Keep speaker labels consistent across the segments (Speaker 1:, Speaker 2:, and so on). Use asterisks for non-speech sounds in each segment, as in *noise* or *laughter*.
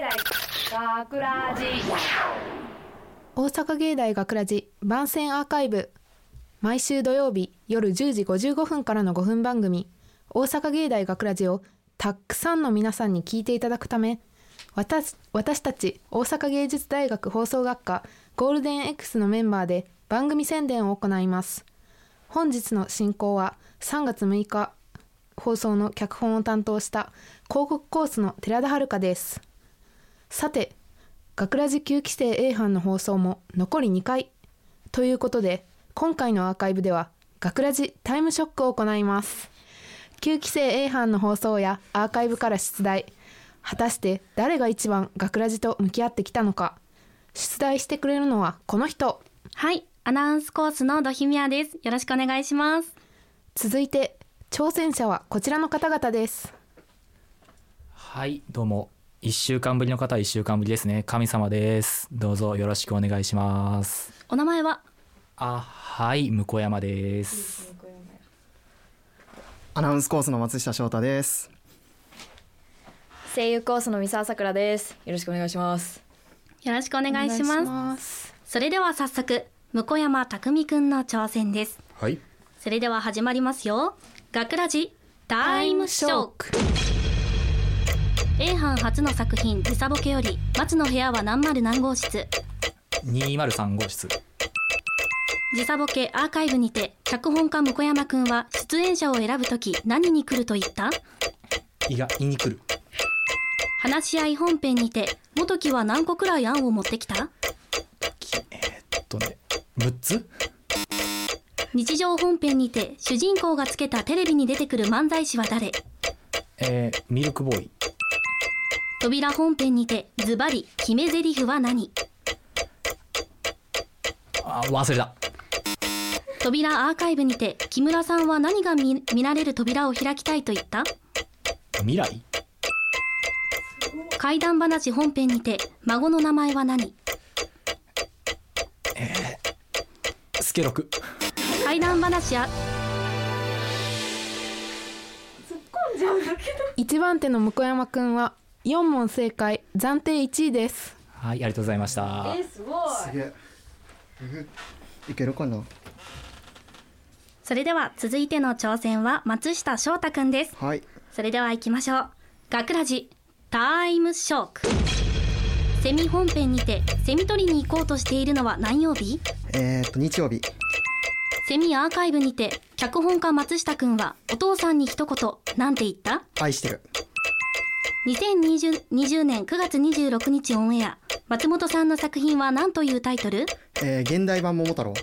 Speaker 1: 大学ラジ
Speaker 2: 大阪芸大学ラジ番宣アーカイブ毎週土曜日夜10時55分からの5分番組「大阪芸大学ラジをたくさんの皆さんに聞いていただくため私私たち大阪芸術大学放送学科ゴールデン X のメンバーで番組宣伝を行います本日の進行は3月6日放送の脚本を担当した広告コースの寺田遥ですさて学ラジ9期生 A 班の放送も残り2回ということで今回のアーカイブでは学ラジタイムショックを行います9期生 A 班の放送やアーカイブから出題果たして誰が一番学ラジと向き合ってきたのか出題してくれるのはこの人
Speaker 3: はい、アナウンスコースのドヒミアです。よろしくお願いします。
Speaker 2: 続いて挑戦者はこちらの方々です
Speaker 4: はい、どうも。一週間ぶりの方は一週間ぶりですね。神様です。どうぞよろしくお願いします。
Speaker 3: お名前は
Speaker 4: あ、はい、向山です。
Speaker 5: アナウンスコースの松下翔太です。
Speaker 6: 声優コースの三沢さくらです。よろしくお願いします。
Speaker 3: よろしくお願いします。
Speaker 2: す
Speaker 3: それでは早速、向山拓海くんの挑戦です。
Speaker 7: はい。
Speaker 3: それでは始まりますよ。学ラジタイムショック。A 班初の作品、時差ボケより、松の部屋は何丸何号室。
Speaker 4: 二0 3号室。
Speaker 3: 時差ボケアーカイブにて、脚本家向山くんは出演者を選ぶとき何に来ると言った
Speaker 7: 胃が胃に来る。
Speaker 3: 話し合い本編にて、元木は何個くらい案を持ってきた
Speaker 7: えっとね、6つ
Speaker 3: 日常本編にて主人公がつけたテレビに出てくる漫才師は誰
Speaker 7: えー、ミルクボーイ。
Speaker 3: 扉本編にてズバリ決め台詞は何
Speaker 4: あ、忘れた。
Speaker 3: 扉アーカイブにて木村さんは何が見見られる扉を開きたいと言った
Speaker 4: 未来
Speaker 3: 怪談話本編にて孫の名前は何
Speaker 4: スケロク。
Speaker 3: 怪談話や
Speaker 2: 一番手の向山くんは4問正解暫定1位です
Speaker 4: はい、ありがとうございました。
Speaker 1: すごい
Speaker 5: すげえ。いけるかな。
Speaker 3: それでは続いての挑戦は松下翔太くんです
Speaker 5: はい。
Speaker 3: それでは行きましょう。学ラジタイムショック。セミ本編にてセミ取りに行こうとしているのは何曜日？
Speaker 5: えー、っと日曜日。
Speaker 3: セミアーカイブにて脚本家松下くんはお父さんに一言なんて言った
Speaker 5: 愛してる。
Speaker 3: ？2020 20年9月26日オンエア。松本さんの作品は何というタイトル？
Speaker 5: えー、現代版桃太郎。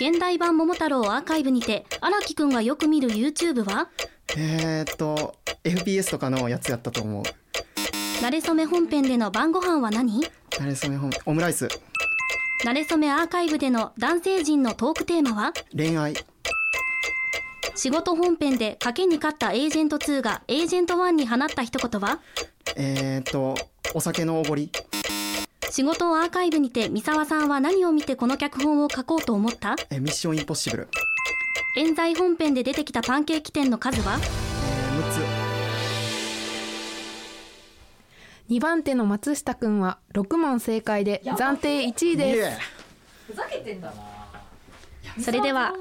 Speaker 3: 現代版桃太郎アーカイブにて荒木くんがよく見る YouTube は？
Speaker 5: えー、っと FPS とかのやつやったと思う。
Speaker 3: 慣れ初め本編での晩ご飯は何？
Speaker 5: なれそめ本オムライス
Speaker 3: 慣れ初めアーカイブでの男性陣のトークテーマは？
Speaker 5: 恋愛
Speaker 3: 仕事本編で賭けに勝ったエージェント2がエージェント1に放った一言は
Speaker 5: えー、っとお酒のおごり
Speaker 3: 仕事をアーカイブにて三沢さんは何を見てこの脚本を書こうと思った
Speaker 5: えーミッションインポッシブル
Speaker 3: 冤罪本編で出てきたパンケーキ店の数は
Speaker 5: えー、6つ
Speaker 2: 2番手の松下くんは6問正解で暫定1位
Speaker 5: い
Speaker 2: です
Speaker 5: え
Speaker 1: ふざけてんだな
Speaker 3: それでは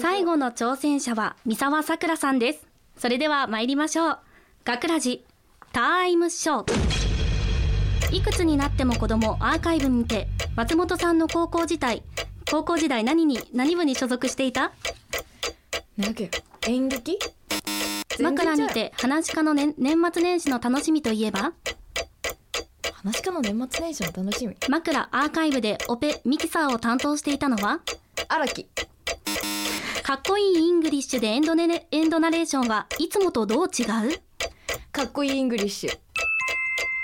Speaker 3: 最後の挑戦者は三沢さくらさんですそれでは参りましょう学ラジタイムショーいくつになっても子供アーカイブにて松本さんの高校時代高校時代何に何部に所属していた
Speaker 6: なんだっけ演劇
Speaker 3: 枕に
Speaker 6: 全然違う
Speaker 3: て話し家の、ね、年末年始の楽しみといえば
Speaker 6: 話し家の年末年始の楽しみ
Speaker 3: 枕アーカイブでオペミキサーを担当していたのは
Speaker 6: 荒木
Speaker 3: かっこいいイングリッシュでエンド,、ね、エンドナレーションはいつもとどう違う
Speaker 6: かっこいいイングリッシュ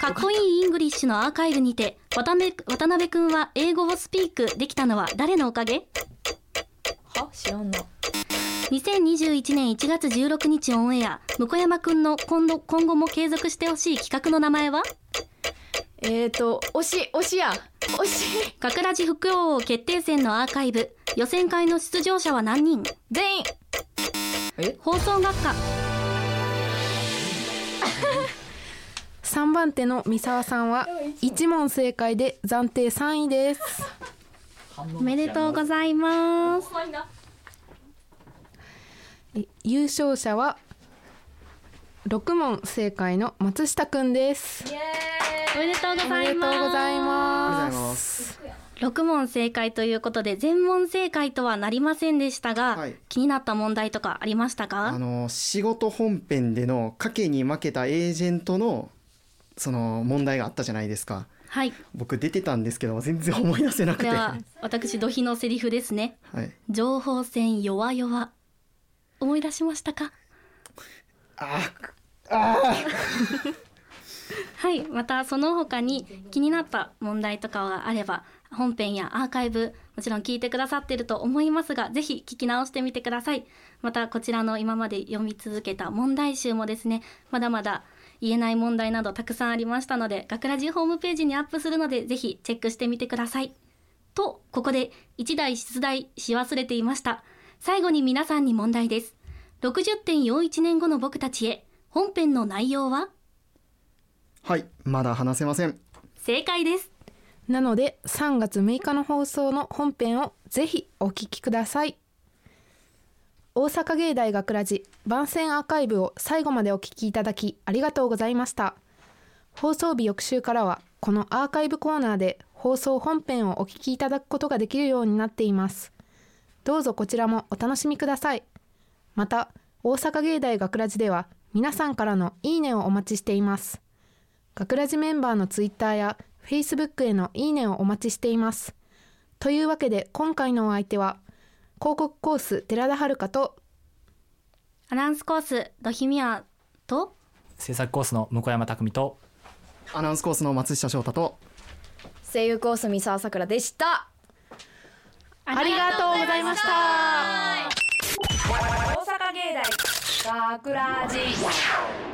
Speaker 3: かっこいいイングリッシュのアーカイブにて渡辺渡辺くんは英語をスピークできたのは誰のおかげ
Speaker 6: は知らんな
Speaker 3: 2021年1月16日オンエア向山くんの今度今後も継続してほしい企画の名前は
Speaker 6: えーと推し推しや推し
Speaker 3: 学ラジ副王決定戦のアーカイブ予選会の出場者は何人
Speaker 6: 全員
Speaker 3: 放送学科
Speaker 2: 3 3番手の三沢さんは1問正解で暫定3位です
Speaker 3: おめでとうございます
Speaker 2: え優勝者は6問正解の松下くんです
Speaker 1: イエ
Speaker 3: おめでとうご
Speaker 2: おめ
Speaker 3: ざ
Speaker 2: で
Speaker 3: い
Speaker 2: とうござい
Speaker 3: ま
Speaker 5: ありがとう
Speaker 2: ま
Speaker 5: ご
Speaker 2: す
Speaker 5: ざいます。
Speaker 3: す6問正解ということで全問正解とはなりませんでしたが、
Speaker 5: はい
Speaker 3: 気になった問題とかありました
Speaker 5: あ
Speaker 3: か
Speaker 5: の仕事本編での賭けに負けたエージェントのその問題があったじゃないですか。
Speaker 3: はい
Speaker 5: 僕出てたんですけど全然思い出せなく
Speaker 3: で
Speaker 5: て。
Speaker 3: は
Speaker 5: *laughs* は
Speaker 3: 私土肥のセリフですね
Speaker 5: い。
Speaker 3: 情報戦弱々思い出しましたか
Speaker 5: あー
Speaker 3: はいまたその他に気になった問題とかがあれば本編やアーカイブもちろん聞いてくださってると思いますがぜひ聞き直してみてくださいまたこちらの今まで読み続けた問題集もですねまだまだ言えない問題などたくさんありましたので学ラジホームページにアップするのでぜひチェックしてみてくださいとここで1題出題し忘れていました最後に皆さんに問題です60.41年後の僕たちへ本編の内容は
Speaker 5: はい。まだ話せません。
Speaker 3: 正解です
Speaker 2: なので3月6日の放送の本編をぜひお聞きください大阪芸大学ラジ番宣アーカイブを最後までお聞きいただきありがとうございました放送日翌週からはこのアーカイブコーナーで放送本編をお聞きいただくことができるようになっていますどうぞこちらもお楽しみくださいまた大阪芸大学ラジでは皆さんからのいいねをお待ちしています学ラジメンバーのツイッターやフェイスブックへのいいねをお待ちしています。というわけで今回のお相手は広告コース寺田遥と
Speaker 3: アナウンスコースドヒミアと
Speaker 4: 制作コースの向山拓海と
Speaker 5: アナウンスコースの松下翔太と。
Speaker 6: 声優コース三沢さくらでした
Speaker 2: ありがとうございました。
Speaker 1: ーイ大阪芸大学ラジ